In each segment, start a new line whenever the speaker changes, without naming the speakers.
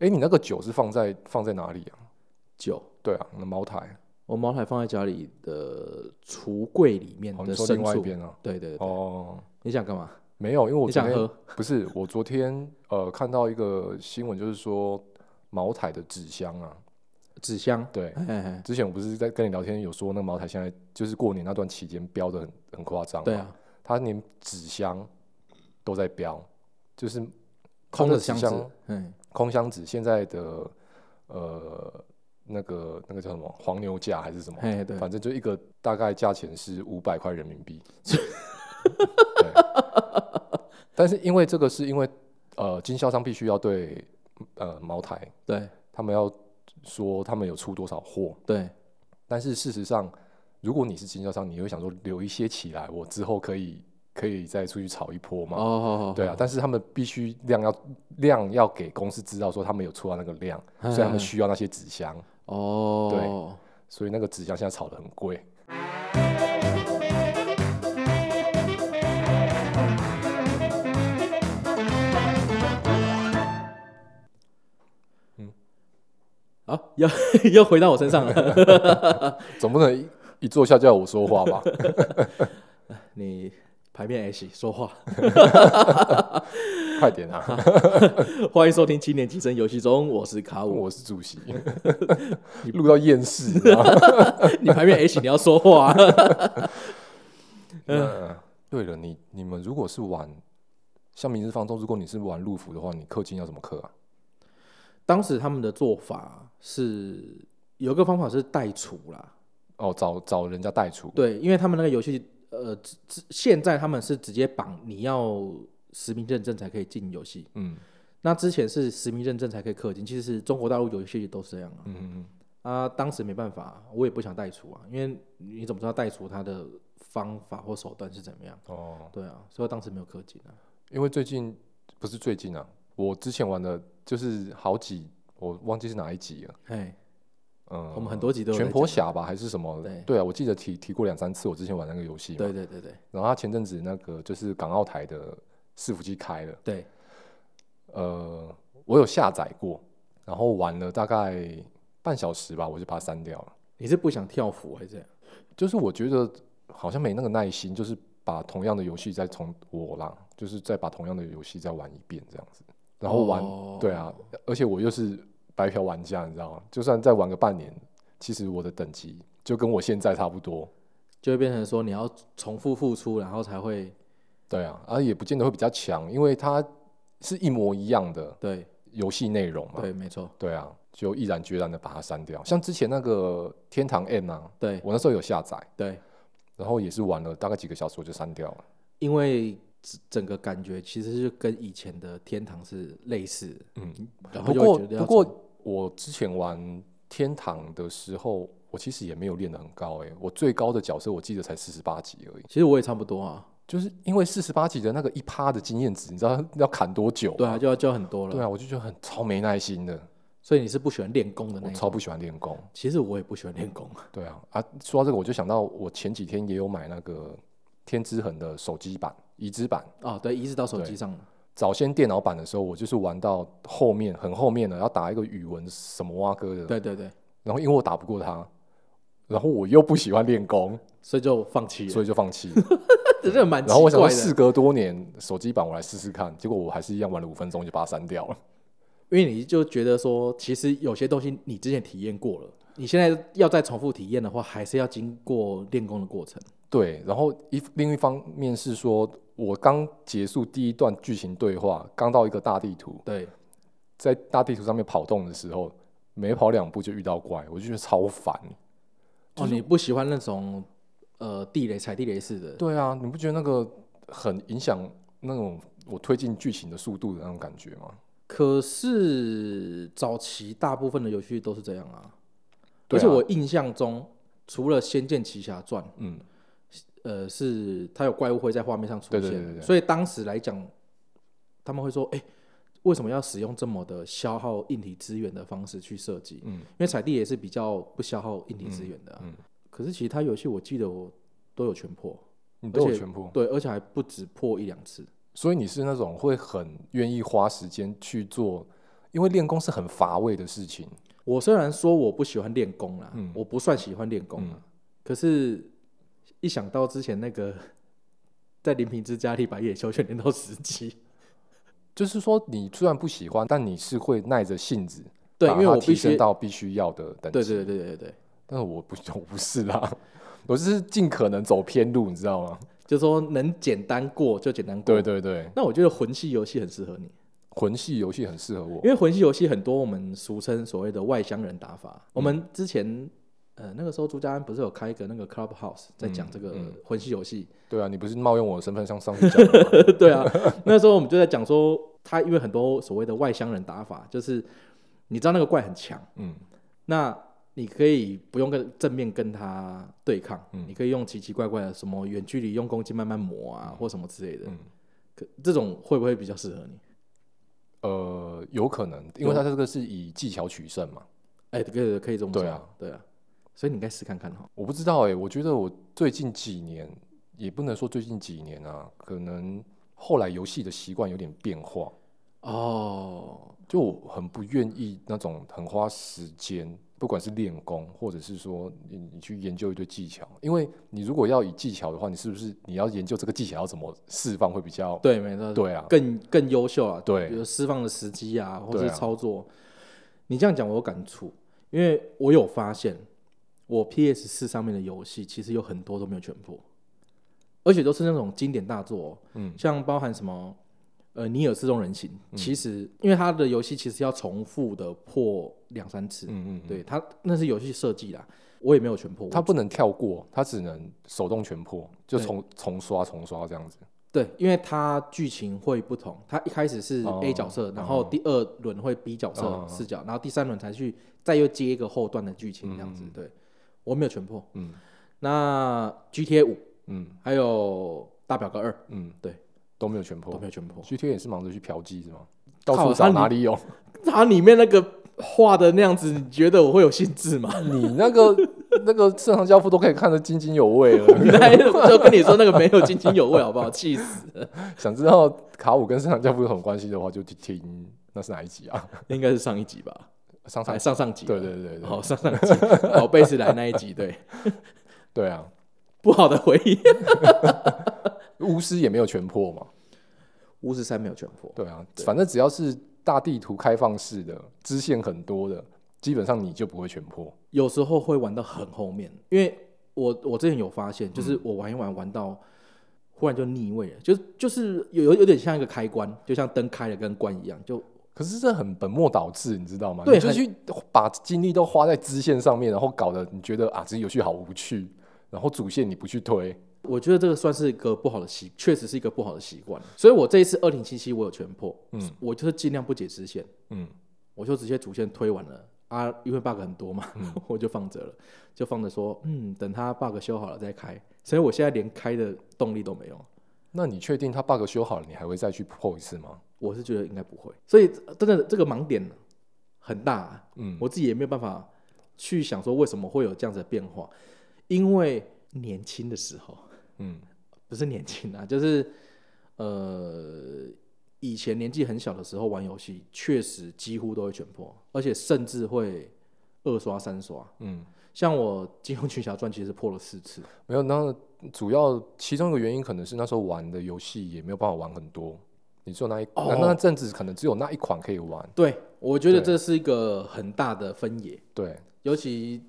哎，你那个酒是放在放在哪里啊？
酒，
对啊，那茅台，
我茅台放在家里的橱柜里面
哦，你
的
说
深
另外一
处。
边啊？
对对对，
哦，
你想干嘛？
没有，因为我
你
昨
想
天
喝？
不是我昨天呃看到一个新闻，就是说茅台的纸箱啊，
纸箱。
对，
嘿嘿嘿
之前我不是在跟你聊天有说那个茅台现在就是过年那段期间飙的很很夸张，
对，啊，
它连纸箱都在飙，就是它
空
的
的
纸
箱
箱哦
子。嗯，
空箱纸现在的呃那个那个叫什么黄牛价还是什么，
嘿，对，
反正就一个大概价钱是五百块人民 币。对但是因为这个是因为呃经销商必须要对呃茅台
对
他们要说他们有出多少货，
对，
但是事实上如果你是经销商，你会想说留一些起来，我之后可以可以再出去炒一波嘛。
哦，
对啊，但是他们必须量要量要给公司知道说他们有出到那个量，
嗯
所以他们需要那些纸箱，
哦，
所以那个纸箱现在炒得很贵。
啊，又 又回到我身上了。
总不能一一坐下就要我说话 吧？
你牌面 H 说话，
快点啊！
欢迎收听七年级生游戏中，我是卡 五。
我是主席，录到厌世，你知道吗
你牌面 H 你要说话， 嗯
那 对了，你你们如果是玩像明日方舟，如果你是玩陆服的话，你氪金要怎么氪啊？
当时他们的做法是有一个方法是代除啦，
哦，找找人家代出，
对，因为他们那个游戏，呃，只只现在他们是直接绑你要实名认证才可以进游戏，
嗯
那之前是实名认证才可以氪金，其实中国大陆游戏都是这样啊。
嗯嗯
啊，当时没办法，我也不想代除啊，因为你怎么知道代除他的方法或手段是怎么样？
嗯，哦，
对啊，所以当时没有氪金啊。
因为最近不是最近啊，我之前玩的就是好几，我忘记是哪一集了。
哎，
嗯，
我们很多集都有
全
在
婆
讲
侠吧，还是什么？
对
啊，我记得提提过两三次。我之前玩那个游戏嘛，
对对对对
然后他前阵子那个就是港澳台的伺服器开了，
对，
呃，我有下载过，然后玩了大概半小时吧，我就把它删掉了。
你是不想跳服还是这样？
就是我觉得好像没那个耐心，就是把同样的游戏再从我啦，就是再把同样的游戏再玩一遍这样子，然后玩，
哦
对啊，而且我又是白嫖玩家，你知道吗？就算再玩个半年，其实我的等级就跟我现在差不多。
就会变成说你要重复付出，然后才会
对啊，啊也不见得会比较强，因为它是一模一样的
对
游戏内容嘛。
对，没错，
对啊，就毅然决然的把它删掉。像之前那个《天堂 M》啊，
对
我那时候有下载，
对，
然后也是玩了大概几个小时我就删掉了。
因为整整个感觉其实就跟以前的天堂是类似的，
嗯，
然
不
后就会
过
觉得要
不过我之前玩《天堂》的时候，我其实也没有练得很高诶、我最高的角色我记得才四十八级而已，
其实我也差不多啊，
就是因为四十八级的那个一趴的经验值，你知道要砍多久？
对啊，就要就要很多了，
对啊，我就觉得很超没耐心的，
所以你是不喜欢练功的那
我
一
超
种。
不喜欢练功。
其实我也不喜欢练功，
对啊，啊，说到这个，我就想到我前几天也有买那个天之痕的手机版、移植版。
哦，对，移植到手机
对
上了，
早先电脑版的时候，我就是玩到后面很后面了，要打一个语文什么蛙哥的，
对对对，
然后因为我打不过他，然后我又不喜欢练 功，
所以就放弃了，
所以就放弃了。
这个蛮奇
然后我想说，
怪
事
的，
隔多年，手机版我来试试看，结果我还是一样玩了五分钟就把它删掉了。
因为你就觉得说，其实有些东西你之前体验过了，你现在要再重复体验的话，还是要经过练功的过程。
对，然后一另一方面是说，我刚结束第一段剧情对话，刚到一个大地图，
对，
在大地图上面跑动的时候，每跑两步就遇到怪，我就觉得超烦。
哦，你不喜欢那种呃地雷踩地雷式的，
对啊，你不觉得那个很影响那种我推进剧情的速度的那种感觉吗？
可是早期大部分的游戏都是这样啊，
对啊
而且我印象中，除了《仙剑奇侠传》，
嗯，
呃，是它有怪物会在画面上出现，
对对对对对
所以当时来讲，他们会说，哎、为什么要使用这么的消耗硬体资源的方式去设计？
嗯
因为彩地也是比较不消耗硬体资源的啊、
嗯嗯
可是其他游戏我记得我都有全破，
你都
而
有
且
全部，
对，而且还不止破一两次。
所以你是那种会很愿意花时间去做因为练功是很乏味的事情。
我虽然说我不喜欢练功啦，
嗯
我不算喜欢练功啦，可是，一想到之前那个在林平之家里把野球训练到十级，
就是说，你虽然不喜欢，但你是会耐着性子，
对，
把
因为
它
我
提
必
升
须，
到必须要的等级。
对对对对对对，
但是我不， 我不是啦，我是尽可能走偏路，你知道吗？
就说能简单过就简单过。
对对对，
那我觉得魂系游戏很适合你，
魂系游戏很适合我。
因为魂系游戏很多我们俗称所谓的外乡人打法。
嗯
我们之前呃那个时候朱家安不是有开一个那个 Clubhouse 在讲这个
嗯嗯
魂系游戏，
对啊，你不是冒用我的身份上上去讲的吗？
对啊，那时候我们就在讲说，他因为很多所谓的外乡人打法，就是你知道那个怪很强，
嗯，
那你可以不用跟正面跟他对抗，
嗯
你可以用奇奇怪怪的什么远距离用攻击慢慢磨啊，或什么之类的。
嗯
可这种会不会比较适合你？
呃，有可能，因为它这个是以技巧取胜嘛。
哎、可以可以这么说，
对啊，
对啊，所以你应该试看看哈。
我不知道哎、我觉得我最近几年，也不能说最近几年啊，可能后来游戏的习惯有点变化，
哦，
就我很不愿意那种很花时间，不管是练功，或者是说你你去研究一堆技巧，因为你如果要以技巧的话，你是不是你要研究这个技巧要怎么释放会比较？
对，没错，
对啊，
更更优秀啊，
对
比如释放的时机啊，或
对
是
啊
操作。你这样讲我有感触，因为我有发现，我 PS 四上面的游戏其实有很多都没有全破，而且都是那种经典大作、哦，
嗯，
像包含什么呃《尼尔：自动人形》，其实因为它的游戏其实要重复的破两三次，
嗯嗯，嗯，
对它那是游戏设计啦，我也没有全破，
它不能跳过，它只能手动全破，就
对
重重刷重刷这样子。
对，因为它剧情会不同，它一开始是
哦
A 角色，然后第二轮会 B 角
哦
色视角，然后第三轮才去再又接一个后段的剧情这样子。对，我没有全破。
嗯
那 GTA 五
嗯
还有大表哥二
嗯，
对，
都没有全
都
破
没。有全破，
GTA 也是忙着去嫖妓是吗？到
靠
处找
它
哪里有？
它里面那个画的那样子，你觉得我会有兴致吗？
你那个那个正常教父都可以看得津津有味了。
那就跟你说那个没有津津有味，好不好？气死了！
想知道卡五跟圣堂教父有什么关系的话，就去听那是哪一集啊？
应该是上一集吧，
上上
还上上集啊哦
对
吧。
对对对
好上上集，宝贝是来那一集，对，
对啊！
不好的回忆。
巫师也没有全破嘛，
巫师三没有全破。
对啊，反正只要是大地图开放式的，支线很多的，基本上你就不会全破。
有时候会玩到很后面，因为我我之前有发现，就是我玩一玩玩到忽然就腻味了，就是就是有有有点像一个开关，就像灯开了跟关一样，就
可是这很本末倒置，你知道吗？
对
你就去把精力都花在支线上面，然后搞得你觉得啊，这游戏好无趣，然后主线你不去推，
我觉得这个算是一个不好的习，确实是一个不好的习惯。所以我这一次二零七七我有全破，
嗯
我就是尽量不解支线，
嗯
我就直接主线推完了。啊，因为 bug 很多嘛， 我就放着了，就放着说，嗯，等它 bug 修好了再开。所以我现在连开的动力都没有。
那你确定它 bug 修好了，你还会再去破一次吗？
我是觉得应该不会。所以呃真的这个盲点很大、啊
嗯，
我自己也没有办法去想说为什么会有这样子的变化，因为年轻的时候
嗯
不是年轻啊， 就是呃以前年纪很小的时候玩游戏，确实几乎都会全破，而且甚至会二刷三刷。
嗯，
像我《金庸群侠传》其实破了四次，
没有。那主要其中一个原因可能是那时候玩的游戏也没有办法玩很多，你只有那一、
哦
那那阵子可能只有那一款可以玩。
对我觉得
对
这是一个很大的分野，
对
尤其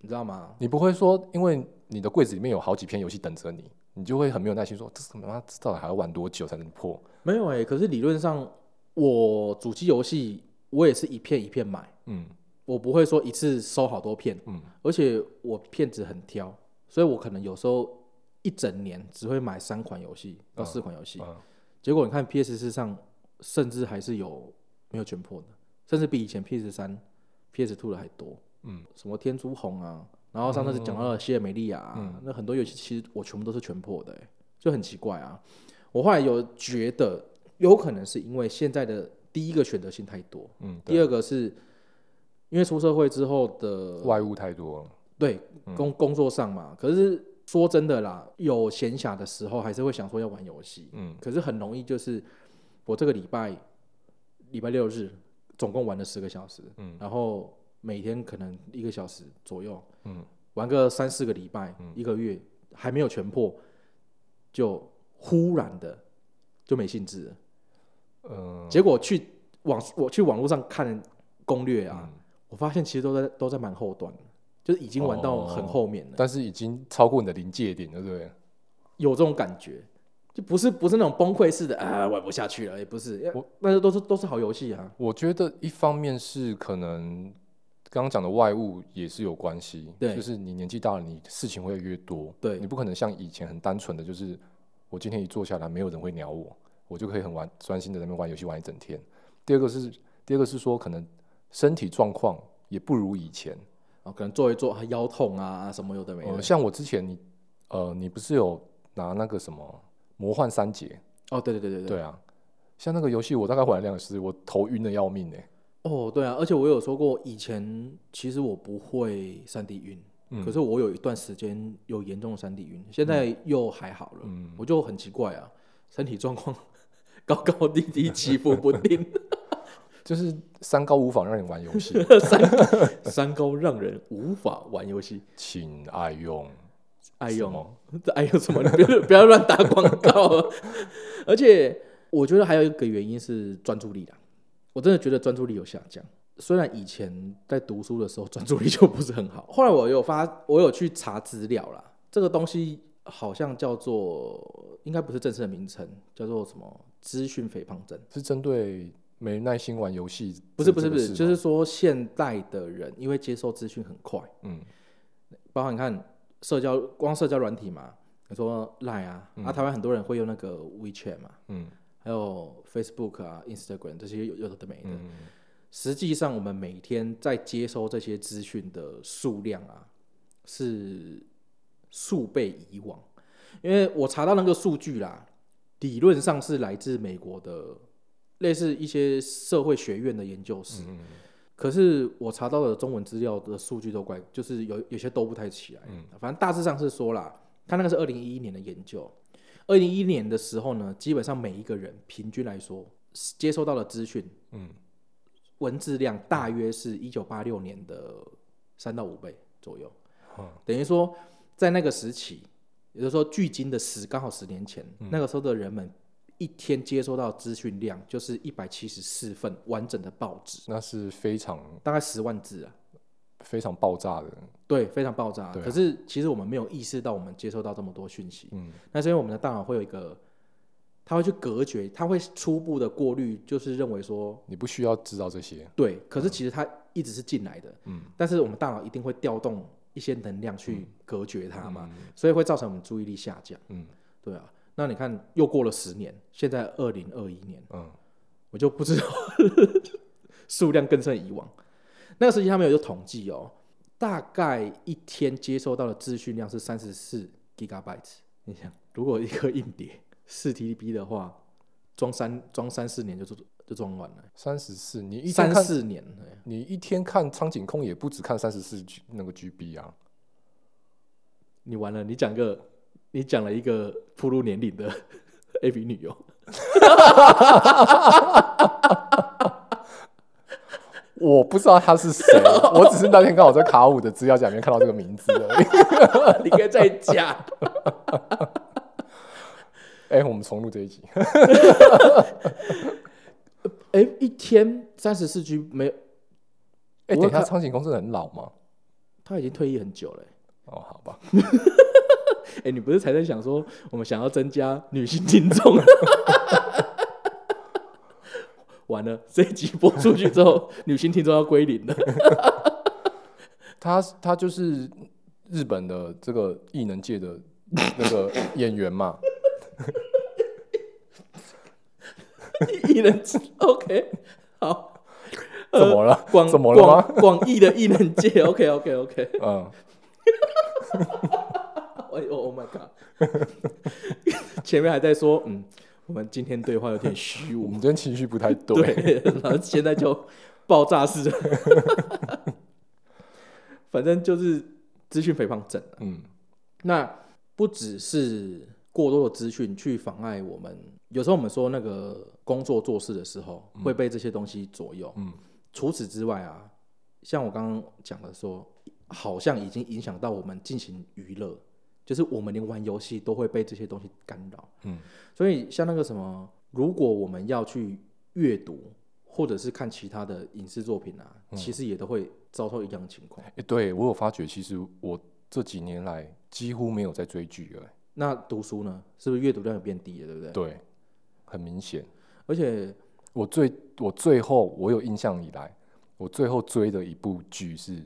你知道吗？
你不会说，因为你的柜子里面有好几篇游戏等着你，你就会很没有耐心说，这他妈这到底还要玩多久才能破？
没有哎、可是理论上，我主机游戏我也是一片一片买，
嗯
我不会说一次收好多片，
嗯
而且我片子很挑，所以我可能有时候一整年只会买三款游戏到四款游戏，
嗯
结果你看 PS 四上甚至还是有没有全破的，甚至比以前 PS 三、PS two 的还多，
嗯，
什么天珠红啊，然后上次讲到了西尔梅利亚、啊，
嗯
那很多游戏其实我全部都是全破的、欸，就很奇怪啊。我后来有觉得，有可能是因为现在的第一个选择性太多，
嗯，
第
对，
二个是因为出社会之后的
外嗯物太多了。
对工工作上嘛。可是说真的啦，有闲暇的时候还是会想说要玩游戏，
嗯
可是很容易就是我这个礼拜礼拜六日总共玩了十个小时，
嗯
然后每天可能一个小时左右，
嗯，
玩个三四个礼拜、
嗯
一个月，还没有全破，就忽然的就没兴致了。
嗯，
结果去网我去网络上看攻略啊，
嗯
我发现其实都在都在蛮后端的，就是已经玩到
哦
很后面了，
但是已经超过你的临界点，对不对？
有这种感觉，就不是不是那种崩溃式的啊玩不下去了，也不是，
我
那都是都是好游戏啊，
我觉得一方面是可能刚刚讲的外物也是有关系，
对
就是你年纪大了，你事情会越来越多，
对
你不可能像以前很单纯的，就是我今天一坐下来，没有人会鸟我，我就可以很玩专心的在那边玩游戏玩一整天。第二个是第二个是说可能身体状况也不如以前，
然后可能做一做啊腰痛啊什么有的没
呃，
的，
像我之前你呃你不是有拿那个什么魔幻三杰，
哦对对对对对，
对啊，像那个游戏我大概玩了两个小时，我头晕的要命哎、
哦对啊，而且我有说过以前其实我不会三 D 晕。
嗯
可是我有一段时间有严重的三 D 晕，现在又还好了，
嗯
我就很奇怪啊，身体状况 高高低低起伏不定，
就是三高无法让你玩游戏，
三高让人无法玩游戏。
请爱用。
爱
什
用
么
这爱用什么？你 不要不要乱打广告、啊。 而且我觉得还有一个原因是专注力啦，我真的觉得专注力有下降。虽然以前在读书的时候专注力就不是很好，后来我有发，我有去查资料啦，这个东西好像叫做，应该不是正式的名称，叫做什么资讯肥胖症。
是针对没耐心玩游戏？
不是不是不
这
是，
个
就
吗
是说现代的人因为接受资讯很快，
嗯
包括你看社交光社交软体嘛，你说 Line 啊，啊台湾很多人会用那个 WeChat 嘛，
嗯
还有 Facebook 啊、Instagram 这些有有的没的。
嗯
实际上，我们每天在接收这些资讯的数量啊，是数倍以往。因为我查到那个数据啦，理论上是来自美国的类似一些社会学院的研究室，
嗯嗯
可是我查到的中文资料的数据都怪，就是有有些都不太起来。
嗯
反正大致上是说啦，他那个是二零一一年的研究，二零一一年的时候呢，基本上每一个人平均来说接收到的资讯
嗯
文字量大约是一九八六年的三到五倍左右，
嗯
等于说在那个时期，也就是说距今的十刚好十年前，
嗯
那个时候的人们一天接收到资讯量就是一百七十四份完整的报纸，
那是非常
大概十万字啊。
非常爆炸的。
对，非常爆炸。
对啊
可是其实我们没有意识到我们接收到这么多讯息，
嗯
那是因为我们的大脑会有一个，它会去隔绝，它会初步的过滤，就是认为说
你不需要知道这些。
对，可是其实它一直是进来的，
嗯，
但是我们大脑一定会调动一些能量去隔绝它嘛，所以会造成我们注意力下降。
嗯
对啊，那你看又过了十年，现在二零二一年，
嗯
我就不知道 数量更胜以往。那个时期他们有一个统计哦，大概一天接收到的资讯量是三十四 gigabytes。你想，如果一颗硬碟四 TB 的话，装三装三四年就就就装完了，
三十四，你一天
三
看
四年。哎
你一天看苍井空也不只看三十四 G 那个 GB 啊，
你完了，你讲个你讲了一个铺路年龄的 A B 女优，
我不知道他是 谁，我只是那天刚好在卡五的资料夹里面看到这个名字而已。
你可以再 讲。
哎、我们重录这一集，
哎、一天三十四 G 没，
哎、
我
等一下，
看
苍井空真的很老吗？
他已经退役很久了、哎
哦，好吧，
哎、你不是才在想说我们想要增加女性听众？ 完了，这一集播出去之后，女性听众要归 零了。
他他就是日本的这个艺能界的那个演员 嘛，
艺人，OK，好，
怎么了？
广
怎么了吗？
广广义的艺人界，OK，OK，OK。
嗯，
哎呦，Oh my god！前面还在说，嗯，我们今天对话有点虚
我
无
们，今天情绪不 太对。
对，然后现在就爆炸 式的，反正就是资讯肥胖症啊。
嗯
那不只是过多的资讯去妨碍我们。有时候我们说那个工作做事的时候，会被这些东西左右。
嗯，
除此之外啊，像我刚刚讲的说，好像已经影响到我们进行娱乐，就是我们连玩游戏都会被这些东西干扰。
嗯，
所以像那个什么，如果我们要去阅读或者是看其他的影视作品啊，
嗯
其实也都会遭受一样的情况。
诶对我有发觉，其实我这几年来几乎没有在追剧了、
那读书呢，是不是阅读量也变低了，对不对？
对，很明显。
而且
我最我最后我有印象以来，我最后追的一部剧是《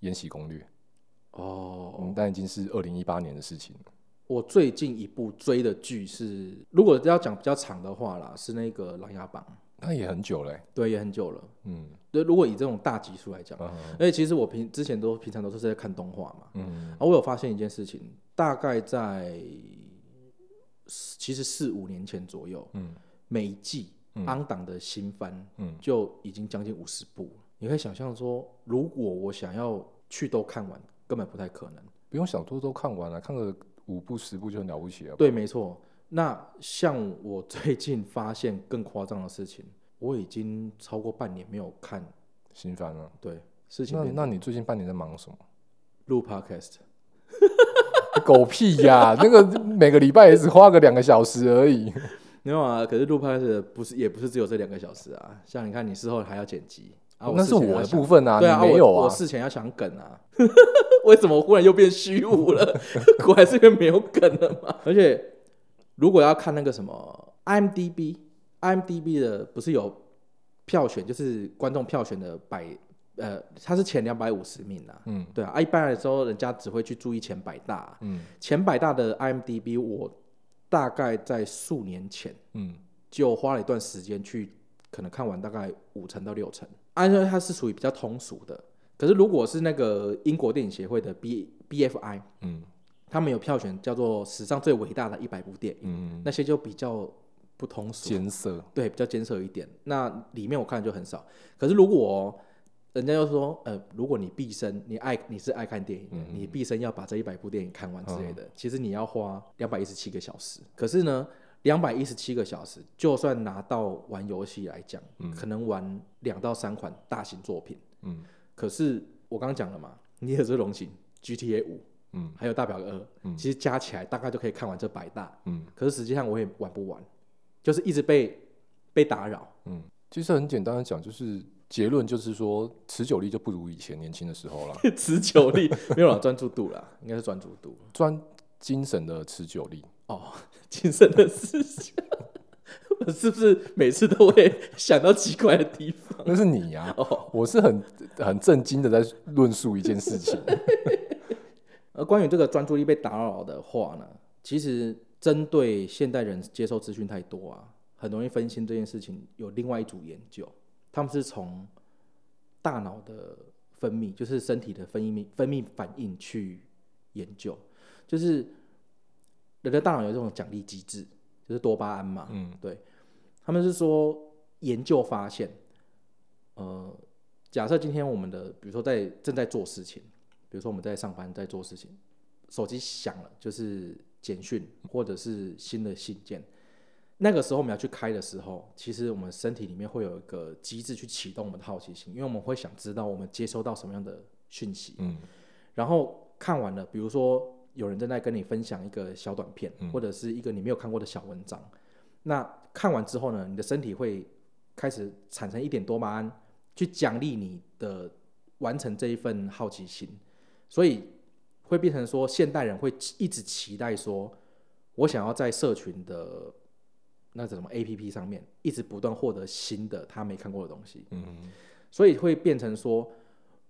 延禧攻略》
哦，
嗯，但已经是二零一八年的事情了。
我最近一部追的剧是，如果要讲比较长的话啦，是那个《琅琊榜》，
那也很久嘞、欸
对，也很久了。
嗯
对，如果以这种大集数来讲，
嗯
而且其实我平之前都平常都是在看动画嘛，
嗯
然后我有发现一件事情，大概在四其实四五年前左右，
嗯
每一季
嗯
昂档的新番
嗯
就已经将近五十部了。你可以想象说，如果我想要去都看完，根本不太可能。
不用想多都看完了、看个五部十部就很了不起了吧。
对，没错。那像我最近发现更夸张的事情，我已经超过半年没有看。
新番了、
对，事情
那
变
那你最近半年在忙什么？
录 podcast，
狗屁呀、那个 每个礼拜也只花个两个小时而已。
没有啊？可是录 podcast 不是也不是只有这两个小时啊，像你看你事后还要剪辑啊，
那是
事前
我
要
的
想
部分啊，
对啊，
你没有
我，
啊
我。事前要想梗啊， 为什么忽然又变虚无了？ 果然是因为没有梗了嘛。而且如果要看那个什么 IMDB，IMDB 的不是有票选，就是观众票选的百呃，它是前两百五十名啊。
嗯
对啊，啊一般来说人家只会去注意前百大啊，
嗯
前百大的 IMDB，我大概在数年前
嗯
就花了一段时间去，可能看完大概五成到六成。按说它是属于比较通俗的，可是如果是那个英国电影协会的 B B F I，
嗯
他们有票选叫做史上最伟大的一百部电影，
嗯，
那些就比较不通俗，
艰涩。
对，比较艰涩一点。那里面我看的就很少。可是如果人家又说，呃，如果你毕生你爱你是爱看电影
嗯
的，你毕生要把这一百部电影看完之类的，其实你要花两百一十七个小时。可是呢，两百一十七个小时，就算拿到玩游戏来讲，可能玩两到三款大型作品。
嗯
可是我刚刚讲了嘛，你也是龙行 GTA 五，
嗯
还有大表哥，
嗯
其实加起来大概就可以看完这百大。
嗯
可是实际上我也玩不完，就是一直被被打扰。，
嗯，其实很简单的讲，就是结论就是说，持久力就不如以前年轻的时候了
持久力没有了，专注度啦，应该是专注度
专精神的持久力。
哦。谨慎的思想， 我是不是每次都会想到奇怪的地方？
那是你呀、
哦
我是很很震惊的在论述一件事 情。
而关于这个专注力被打扰的话呢，其实针对现代人接受资讯太多啊，很容易分心这件事情，有另外一组研究，他们是从大脑的分泌，就是身体的分泌分泌反应去研究，就是人的大脑有这种奖励机制，就是多巴胺嘛，
嗯
对，他们是说研究发现，呃，假设今天我们的比如说在正在做事情，比如说我们在上班在做事情，手机响了就是简讯或者是新的信件，那个时候我们要去开的时候，其实我们身体里面会有一个机制去启动我们的好奇心，因为我们会想知道我们接收到什么样的讯息，
嗯
然后看完了，比如说有人正在跟你分享一个小短片，
嗯
或者是一个你没有看过的小文章，那看完之后呢，你的身体会开始产生一点多巴胺，去奖励你的完成这一份好奇心，所以会变成说现代人会一直期待说，我想要在社群的。那什么 A P P 上面一直不断获得新的他没看过的东西，
嗯
所以会变成说，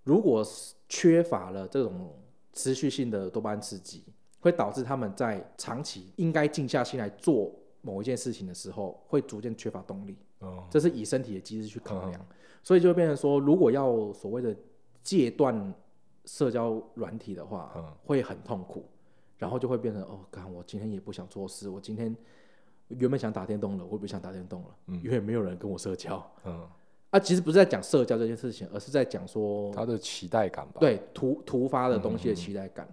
如果是缺乏了这种持续性的多巴胺刺激，会导致他们在长期应该静下心来做某一件事情的时候，会逐渐缺乏动力。
哦
这是以身体的机制去考量，所以就会变成说，如果要所谓的戒断社交软体的话，
嗯
会很痛苦，然后就会变成哦，看我今天也不想做事，我今天原本想打电动了，我也不想打电动了，
嗯
因为没有人跟我社交。
嗯，
啊，其实不是在讲社交这件事情，而是在讲说
他的期待感吧。嗯
对突突发的东西的期待感，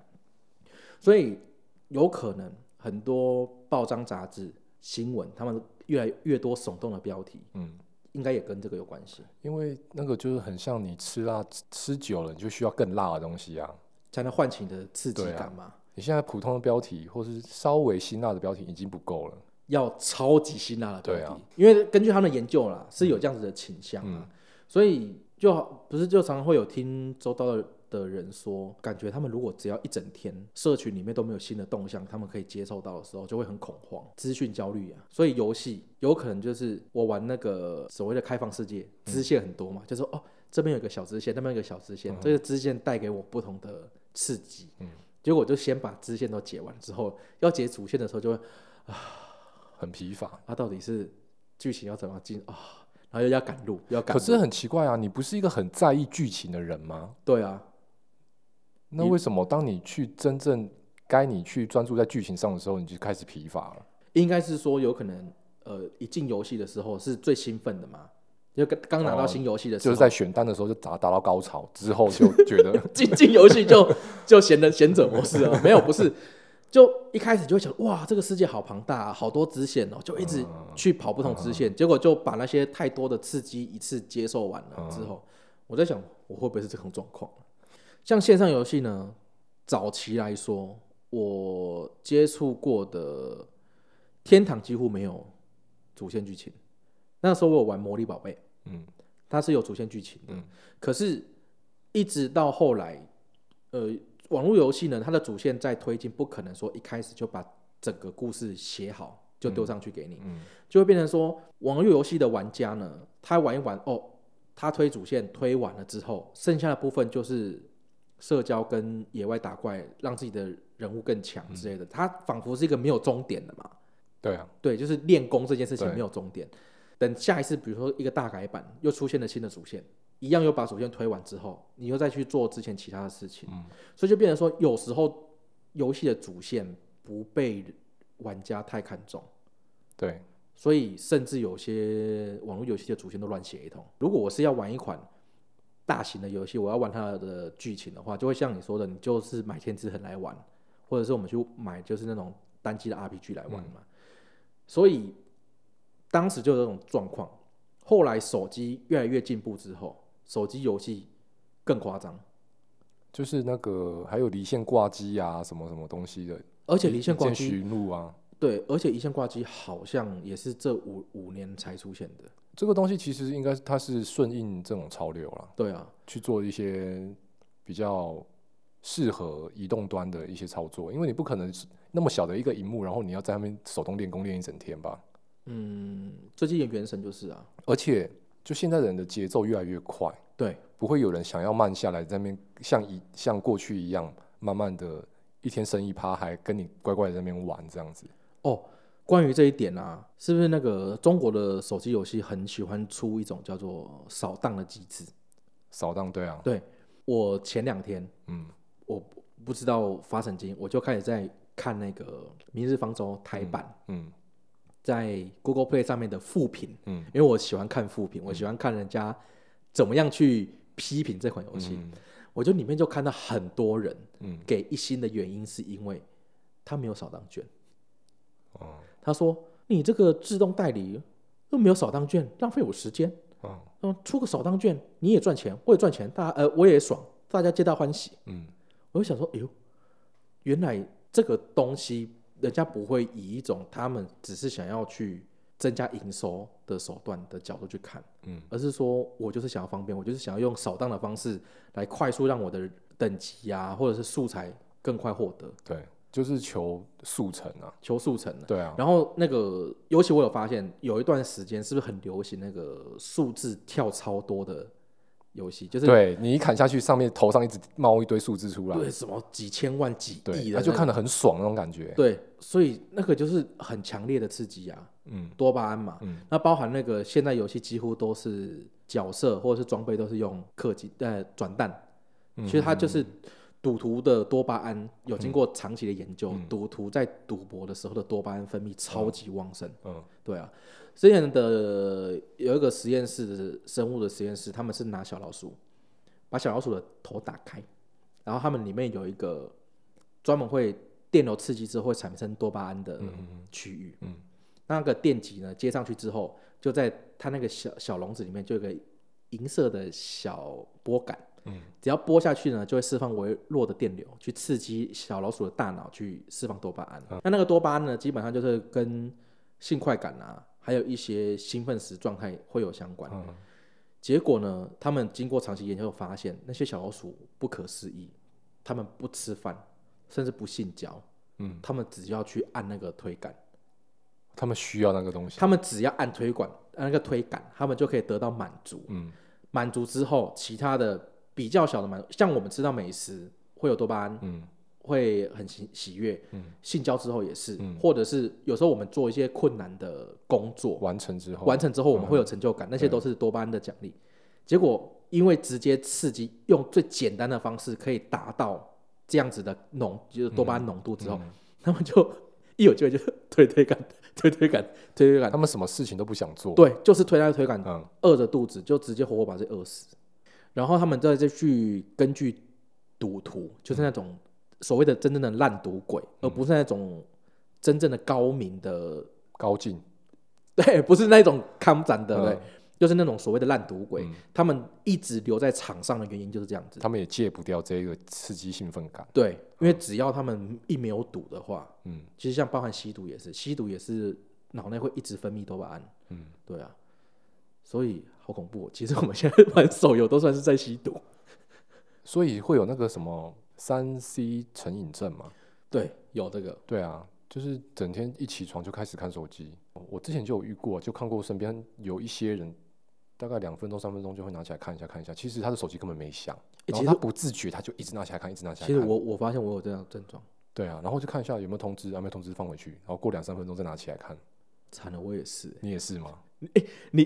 所以有可能很多报章杂志、新闻，他们越来越多耸动的标题，
嗯，
应该也跟这个有关系，
因为那个就是很像你吃辣吃吃久了，你就需要更辣的东西啊。
才能唤起你的刺激
对啊
感嘛。
你现在普通的标题或是稍微辛辣的标题已经不够了，
要超级辛辣的标
对啊嗯
题，因为根据他们的研究啦，是有这样子的倾向啊，所以就好不是就常常会有听周遭的的人说，感觉他们如果只要一整天社群里面都没有新的动向，他们可以接受到的时候，就会很恐慌，资讯焦虑啊。所以游戏有可能就是我玩那个所谓的开放世界，支线很多嘛，就是哦这边有个小支线，那边有个小支
嗯
线，这个支线带给我不同的刺激，嗯，结果我就先把支线都解完之后，要解主线的时候就会。
很疲乏。
它到底是剧情要怎么进啊、然后又要赶路，又要赶
可
路。
是很奇怪啊，你不是一个很在意剧情的人吗？
对啊，
那为什么当你去真正该你去专注在剧情上的时候，你就开始疲乏了？
应该是说有可能呃，一进游戏的时候是最兴奋的嘛，就刚刚拿到
哦
新游戏的时
就
候，
是在选单的时候就达达到高潮之后， 就觉得
进进游戏就就闲人闲者模式啊，没有不是。就一开始就会想，哇，这个世界好庞大、啊，好多支线哦，就一直去跑不同支线，结果就把那些太多的刺激一次接受完了之后，我在想，我会不会是这种状况？像线上游戏呢，早期来说，我接触过的天堂几乎没有主线剧情。那时候我有玩《魔力宝贝》，
嗯，
它是有主线剧情的，
嗯
可是一直到后来，呃，网络游戏呢，它的主线在推进，不可能说一开始就把整个故事写好就丢上去给你，
嗯
就会变成说网络游戏的玩家呢，他玩一玩哦，他推主线推完了之后，剩下的部分就是社交跟野外打怪，让自己的人物更强
嗯
之类的，他仿佛是一个没有终点的嘛。
对啊，
对，就是练功这件事情
对
没有终点。等下一次，比如说一个大改版，又出现了新的主线，一样又把主线推完之后，你又再去做之前其他的事情，
嗯
所以就变成说，有时候游戏的主线不被玩家太看重，
对，
所以甚至有些网络游戏的主线都乱写一通。如果我是要玩一款大型的游戏，我要玩它的剧情的话，就会像你说的，你就是买天之痕来玩，或者是我们去买就是那种单机的 RPG 来玩嘛。所以当时就有这种状况。后来手机越来越进步之后，手机游戏更夸张，
就是那个还有离线挂机啊，什么什么东西的，
而且离线挂
一
机，
寻路啊，
对，而且离线挂机好像也是这五五年才出现的。
这个东西其实应该是它是顺应这种潮流啦，
对啊，
去做一些比较适合移动端的一些操作，因为你不可能是那么小的一个荧幕，然后你要在那边手动练功练一整天吧。
嗯，最近的原神就是啊，
而且就现在人的节奏越来越快，
对，
不会有人想要慢下来，在那边像以像过去一样，慢慢的一天生一趴，还跟你乖乖地在那边玩这样子。
哦，关于这一点啊，是不是那个中国的手机游戏很喜欢出一种叫做扫荡的机制？
扫荡对啊，
对我前两天
嗯
我不不知道发神经，我就开始在看那个《明日方舟》台版、
嗯
在 Google Play 上面的复评，
嗯
因为我喜欢看复评，我喜欢看人家怎么样去批评这款游戏，
嗯
我就里面就看到很多人
嗯
给一星的原因是因为他没有扫荡券。
哦
他说：“你这个自动代理又没有扫荡券，浪费我时间。
哦
嗯，出个扫荡券你也赚钱，我也赚钱，大家呃我也爽，大家皆大欢喜。
嗯，”
我就想说：“哎呦，原来这个东西人家不会以一种他们只是想要去增加营收的手段的角度去看，
嗯，
而是说我就是想要方便，我就是想要用扫荡的方式来快速让我的等级啊或者是素材更快获得，
对，就是求速成啊，
求速成啊。”
对啊，
然后那个，尤其我有发现，有一段时间是不是很流行那个数字跳超多的游戏，就是
对你一砍下去，上面头上一直冒一堆数字出来，
对什么几千万、几亿
对，
的那
他
个，
就看得很爽那种感觉，
对，所以那个就是很强烈的刺激啊，
嗯
多巴胺嘛。
嗯
那包含那个现在游戏几乎都是角色或者是装备都是用氪金呃转蛋，
嗯
其实它就是赌徒的多巴胺有经
嗯
过长期的研究，赌徒在赌博的时候的多巴胺分泌超级旺盛。
嗯
对啊，之前的有一个实验室的生物的实验室，他们是拿小老鼠，把小老鼠的头打开，然后他们里面有一个专门会电流刺激之后会产生多巴胺的
嗯嗯嗯
区域。
嗯，
那个电极呢接上去之后，就在它那个小小笼子里面就有个银色的小波杆，
嗯，
只要拨下去呢，就会释放微弱的电流，去刺激小老鼠的大脑去释放多巴胺。
嗯
那那个多巴胺呢，基本上就是跟性快感啊，还有一些兴奋时状态会有相关。
嗯
结果呢，他们经过长期研究发现，那些小老鼠不可思议，他们不吃饭，甚至不性交，
嗯，
他们只要去按那个推杆，
他们需要那个东西，
他们只要按推管按那个推杆，他们就可以得到满足。
嗯
满足之后，其他的比较小的满，像我们吃到美食会有多巴胺，
嗯
会很喜喜悦。
嗯，
性交之后也是，
嗯
或者是有时候我们做一些困难的工作，
完成之后，
完成之后我们会有成就感，那些都是多巴胺的奖励。结果因为直接刺激，用最简单的方式可以达到这样子的浓，就是多巴胺浓度之后，他们就一有机会就 推推杆，推推杆，推推杆
他，们什么事情都不想做，，
对，就是推那个推杆
嗯
饿着肚子就直接活活把自己饿死。然后他们再再去根据赌徒，就是那种所谓的真正的烂赌鬼，而不是那种真正的高明的，
高进，
对，不是那种康展的，对
嗯，
就是那种所谓的烂赌鬼
嗯。
他们一直留在场上的原因就是这样子，
他们也戒不掉这个刺激兴奋感，
对，因为只要他们一没有赌的话，
嗯
其实像包含吸毒也是，吸毒也是脑内会一直分泌多巴胺，
嗯，
对啊，所以好恐怖哦、其实我们现在玩手游都算是在吸毒，
所以会有那个什么三 C 成瘾症嘛？
对，有这个，
对啊，就是整天一起床就开始看手机。我之前就有遇过，就看过身边有一些人，大概两分钟、三分钟就会拿起来看一下看一下。其实他的手机根本没响，然后
其实
他不自觉，他就一直拿起来看，一直拿起来
其实
看。
我我发现我有这样的症状，
对啊，然后就看一下有没有通知，啊没通知放回去，然后过两三分钟再拿起来看。
惨了，我也是、
你也是吗？
你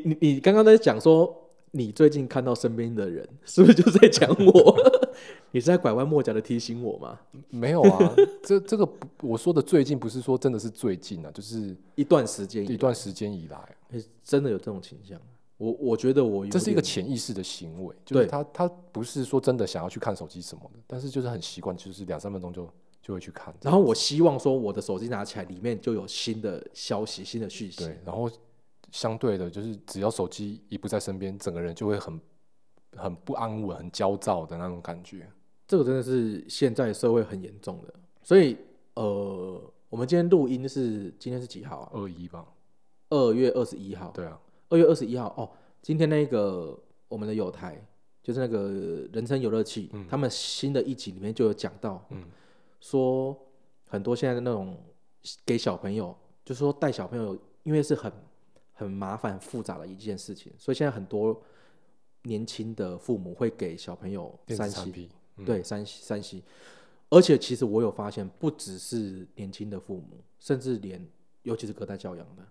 你你刚刚在讲说你最近看到身边的人，是不是就在讲我？ 你是在拐弯抹角的提醒我吗？
没有啊，这这个不我说的最近不是说真的是最近啊，就是
一段时间以
一段时间以来，啊
欸真的有这种倾向。我我觉得我有
这是一个
点
潜意识的行为，就是
对
他他不是说真的想要去看手机什么的，但是就是很习惯，就是两三分钟就就会去看。
然后我希望说我的手机拿起来里面就有新的消息、新的讯息。
对，然后相对的，就是只要手机一不在身边，整个人就会很很不安稳、很焦躁的那种感觉。
这个真的是现在社会很严重的。所以呃，我们今天录音是今天是几号啊？
二一吧，
二月二十一号。
对啊，
二月二十一号哦，今天那个我们的友台就是那个人生游乐器，他们新的一集里面就有讲到，
嗯
说很多现在的那种给小朋友，就说带小朋友，因为是很很麻烦复杂的一件事情，所以现在很多年轻的父母会给小朋友
电
三
子
C
产品，嗯
对，山西山西。而且其实我有发现，不只是年轻的父母，甚至连尤其是隔代教养的，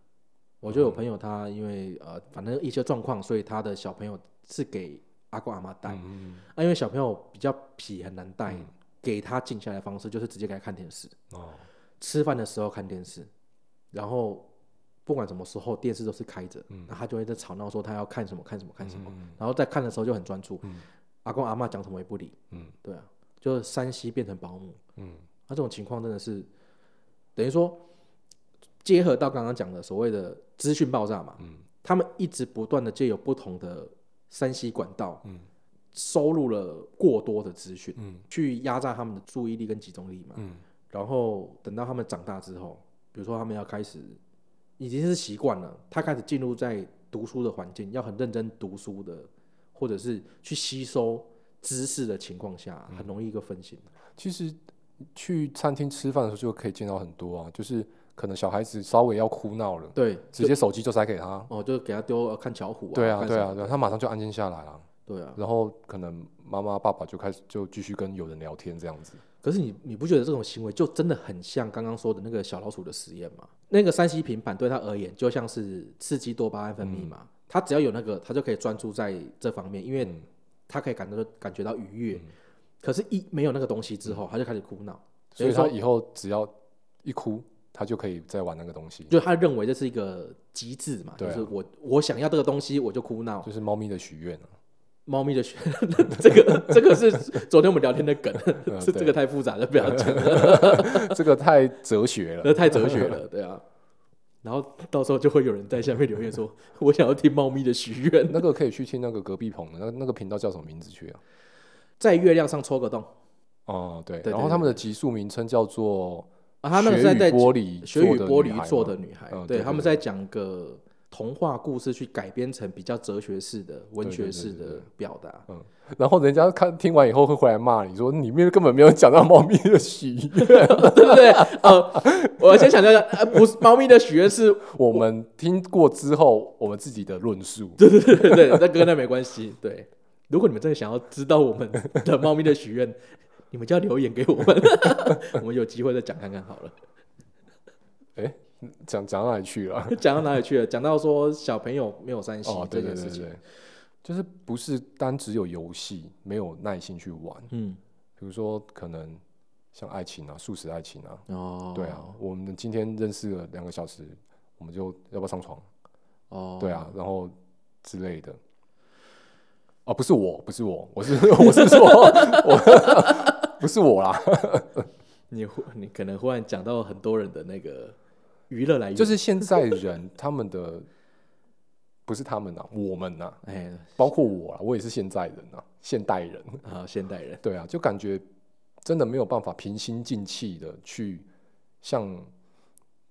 我
嗯
就有朋友他因为、呃反正一些状况，所以他的小朋友是给阿公阿妈带，
嗯，嗯
啊因为小朋友比较皮很难带，给他静下来的方式就是直接给他看电视，
嗯哦，
吃饭的时候看电视，然后不管什么时候电视都是开着，那他就会在吵闹说他要看什么看什么看什么，
嗯
然后在看的时候就很专注，
嗯
阿公阿妈讲什么也不理，
嗯
对啊，就是山西变成保姆，
嗯
那这种情况真的是等于说结合到刚刚讲的所谓的资讯爆炸嘛，
嗯
他们一直不断的借由不同的山西管道，
嗯
收入了过多的资讯，
嗯
去压榨他们的注意力跟集中力嘛，
嗯
然后等到他们长大之后，比如说他们要开始已经是习惯了，他开始进入在读书的环境，要很认真读书的，或者是去吸收知识的情况下，很容易一个分心。
其实去餐厅吃饭的时候就可以见到很多啊，就是可能小孩子稍微要哭闹了，
对，
直接手机就塞给他。
哦，就给他丢呃看巧虎啊，
对啊，
看
对
什
啊，
么
对啊，他马上就安静下来了，
对啊。
然后可能妈妈、爸爸就开始就继续跟友人聊天这样子。
可是你你不觉得这种行为就真的很像刚刚说的那个小老鼠的实验吗？那个三 C 平板对他而言就像是刺激多巴胺分泌嘛，他只要有那个，他就可以专注在这方面，因为
嗯
他可以感到感觉到愉悦。可是，一没有那个东西之
嗯
后，他就开始哭闹，
所以
等
他
于
以后只要一哭，他就可以再玩那个东西，
就他认为这是一个极致嘛，
对啊哦
就是我我想要这个东西，我就哭闹。
就是猫咪的许愿啊。
猫咪的学， 这个这个是昨天我们聊天的 梗，
嗯
这这个
对
太复杂了，不要讲了，
这个太哲学了。
那太哲学了，对啊。然后到时候就会有人在下面留言说：“ 我想要听猫咪的许愿，
那个可以去听那个隔壁棚的，那那个频道叫什么名字去啊？
在月亮上戳个洞。
哦，对，
对
然
对
后
对
他们的集数名称叫做
啊，他那个是
雪
在
与
在
玻璃
雪与
做的
玻
女孩
璃
吗
做的女孩，哦
嗯
对，
对
他们
对
在讲个童话故事，去改编成比较哲学式的、文
对
学
对对
式
对
的
对
表达。
然后人家看听完以后会回来骂你说里面根本没有讲到猫咪的许愿，
对不对？呃，我先强调一下，呃，不是猫咪的许愿是，
我们听过之后我们自己的论述。
对对对，那跟那没关系。对，如果你们真的想要知道我们的猫咪的许愿，你们就要留言给我们， 我们有机会再讲看看好了。
哎，讲讲到哪里去了？
讲到哪里去了？讲到说小朋友没有三心
哦，
这
对对
件
对
事
对
情，
对，就是不是单只有游戏，没有耐心去玩。
嗯，
比如说，可能像爱情啊，素食爱情啊，
哦，
对啊，，我们今天认识了两个小时，我们就要不要上床？
哦，
对啊，然后之类的。哦，不是我，不是我，我是 我是说，我 不是我啦，
你忽你可能忽然讲到很多人的那个娱乐来源，
就是现在人他们的不是他们啊，我们呐、啊，
哎
包括我啊，我也是现在人啊，现代人。
啊，现代人
对啊，就感觉真的没有办法平心静气的去像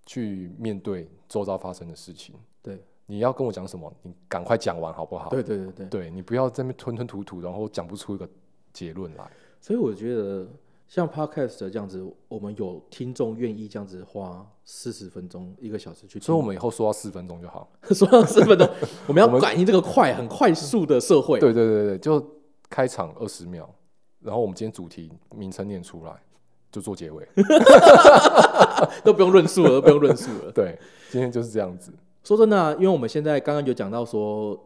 去面对周遭发生的事情。
对
你要跟我讲什么，你赶快讲完好不好？
对对对对，
对你不要在那边吞吞吐吐，然后讲不出一个结论来。
所以我觉得像 podcast 这样子，我们有听众愿意这样子花四十分钟一个小时去听，
所以我们以后说到四分钟就好。
说到四 分钟，我们
我
要
们
感应这个快很快速的社会，啊
对对对对，就开场二十秒，然后我们今天主题名称念出来，就做结尾。
都不用论述了，都不用论述了。
对，今天就是这样子。
说真的啊、因为我们现在刚刚有讲到说，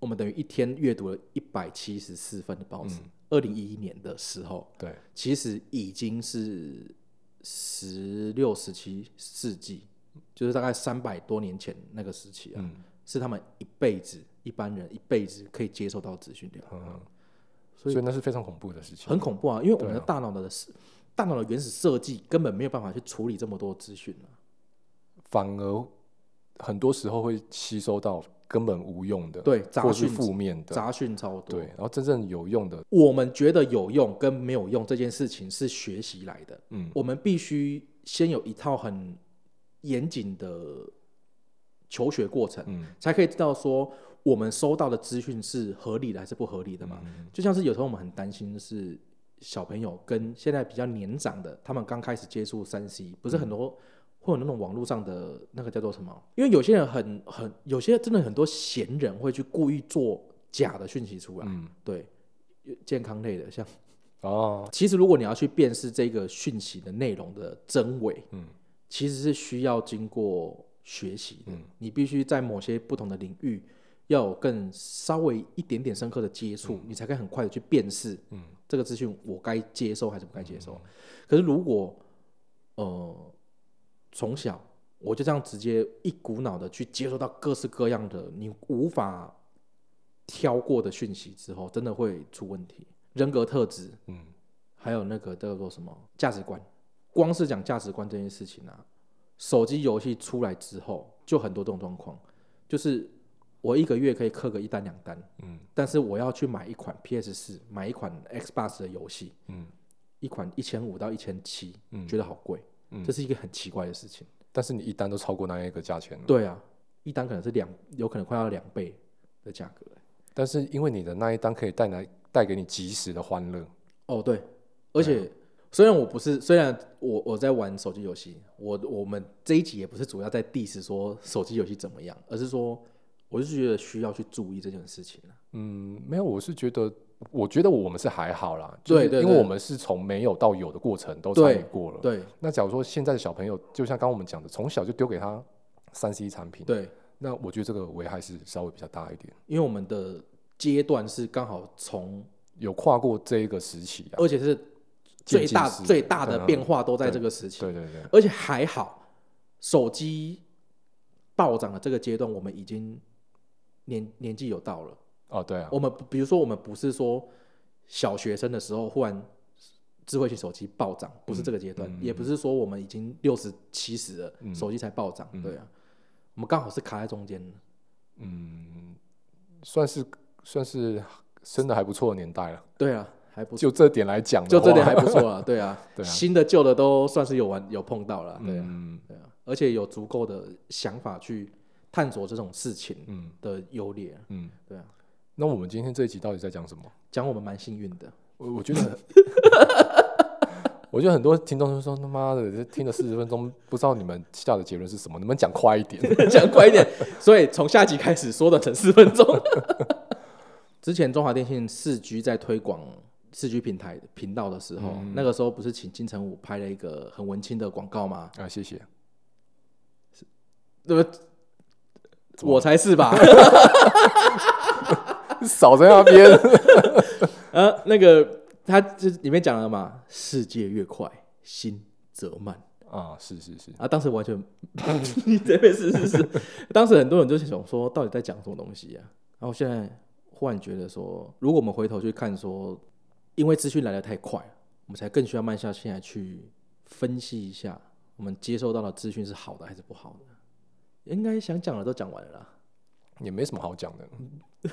我们等于一天阅读了一百七十四份的报纸。
嗯
二零一一年的时候，
对，
其实已经是十六、十七世纪，就是大概三百多年前那个时期啊，
嗯
是他们一辈子一般人一辈子可以接受到资讯量，
嗯，所
所以
以那是非常恐怖的事情。
很恐怖啊！因为我们的
对啊
大脑的、大脑的原始设计根本没有办法去处理这么多资讯啊。
反而很多时候会吸收到根本无用的，
对杂
或是
讯
负面的，
杂讯超多，
啊对。然后真正有用的，
我们觉得有用跟没有用这件事情是学习来的，
嗯，
我们必须先有一套很严谨的求学过程，
嗯
才可以知道说我们收到的资讯是合理的还是不合理的嘛。
嗯
就像是有时候我们很担心是小朋友跟现在比较年长的，他们刚开始接触三 C，不
嗯
是很多。会有那种网络上的那个叫做什么？因为有些人很很，有些真的很多闲人会去故意做假的讯息出来，
嗯
对，健康类的，像
哦，
其实如果你要去辨识这个讯息的内容的真伪，
嗯
其实是需要经过学习的。
嗯
你必须在某些不同的领域要有更稍微一点点深刻的接触，你才可以很快的去辨识
嗯，
这个资讯我该接受还是不该接受。可是如果呃从小我就这样直接一股脑的去接受到各式各样的你无法挑过的讯息之后，真的会出问题，人格特质
嗯
还有那个叫做什么价值观。光是讲价值观这件事情啊，手机游戏出来之后，就很多这种状况，就是我一个月可以氪个一单两单，
嗯
但是我要去买一款 PS 四，买一款 Xbox 的游戏，
嗯
一款一千五到一千七，
嗯
觉得好贵，
嗯
这，是一个很奇怪的事情。
但是你一单都超过那一个价钱了，
对啊，一单可能是两，有可能快要两倍的价格。
但是因为你的那一单可以带来带给你及时的欢乐，
哦，对，而
啊
且虽然我不是，虽然我我在玩手机游戏，我我们这一集也不是主要在 diss 说手机游戏怎么样，而是说我就是觉得需要去注意这件事情啊
嗯，没有，我是觉得。我觉得我们是还好啦，就
对
是
对
因为
对
我们是从没有到有的过程都参与
对
过了。
对
那假如说现在的小朋友，就像刚刚我们讲的，从小就丢给他三 C 产品，
对，
那我觉得这个危害是稍微比较大一点，
因为我们的阶段是刚好从，
有跨过这一个时期啊。
而且是
渐
最
进
大
式
最大的
嗯
变化都在
对
这个时期，
对对对，
而且还好，手机暴涨的这个阶段，我们已经年年纪有到了。
哦，对啊，
我们不比如说我们不是说小学生的时候忽然智慧型手机暴涨，不是这个阶段，
嗯嗯
也不是说我们已经六十七十了，
嗯
手机才暴涨，
嗯
对啊，我们刚好是卡在中间的。
嗯，算是算是生的还不错的年代了。
对啊，还不错，
就这点来讲的
就
话，嗯
这 点还不错啊，对啊，
对啊
新的旧的都算是有玩有碰到了，对啊，
嗯
对啊，而且有足够的想法去探索这种事情
嗯
的优劣，
嗯，
对啊，
那我们今天这一集到底在讲什么？
讲我们蛮幸运的，
我我觉得 很，我觉得很多听众都说他妈的，这听了四十分钟，不知道你们下的结论是什么，能不能讲快一点？
讲快一点。所以从下集开始缩短成四分钟。 之前中华电信四 G 在推广四 G 平台频道的时候，
嗯
那个时候不是请金城武拍了一个很文青的广告吗？
啊，谢谢。
那么
怎么
我才是吧？
少在那边，
呃，那个他这里面讲了嘛，世界越快，心则慢。
啊，是是是，
啊，当时完全， 你这边是是是，当时很多人就想说，到底在讲什么东西啊？然后现在忽然觉得说，如果我们回头去看说，因为资讯来的太快，我们才更需要慢下心来去分析一下，我们接收到的资讯是好的还是不好的。应该想讲的都讲完了啦，
也没什么好讲的。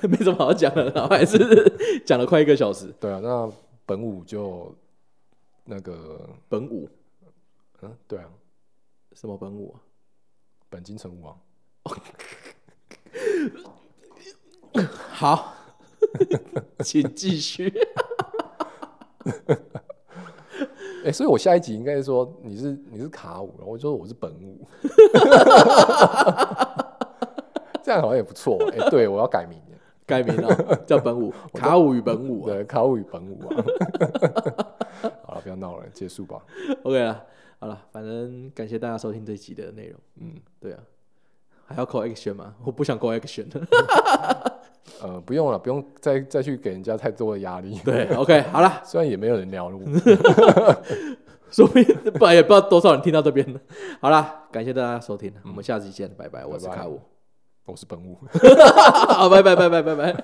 没什么好讲的啦，还是 讲了快一个小时。
对啊，那本舞就那个，
本舞
嗯，对啊，
什么本舞啊？
本金城武啊，
好， 请继续。
哎、所以我下一集应该是说你是你是卡舞，然后我就说我是本舞，这样好像也不错。哎、对我要改名耶，
改名了，叫本舞，卡舞与本舞、啊。
对，卡舞与本舞啊。 好了，不要闹了，结束吧。
OK 了，好了，反正感谢大家收听这一集的内容。
嗯，
对啊，还要 call action 吗？我不想 call action 了。
呃，不用了，不用再再去给人家太多的压力。
对，OK，好 了，
虽然也没有人聊 了，
说不定不然也不知道多少人听到这边了。好了，感谢大家收听，我嗯 们下期见，拜拜。我是
拜拜
卡五，
我是本物。
好，拜拜拜拜拜拜。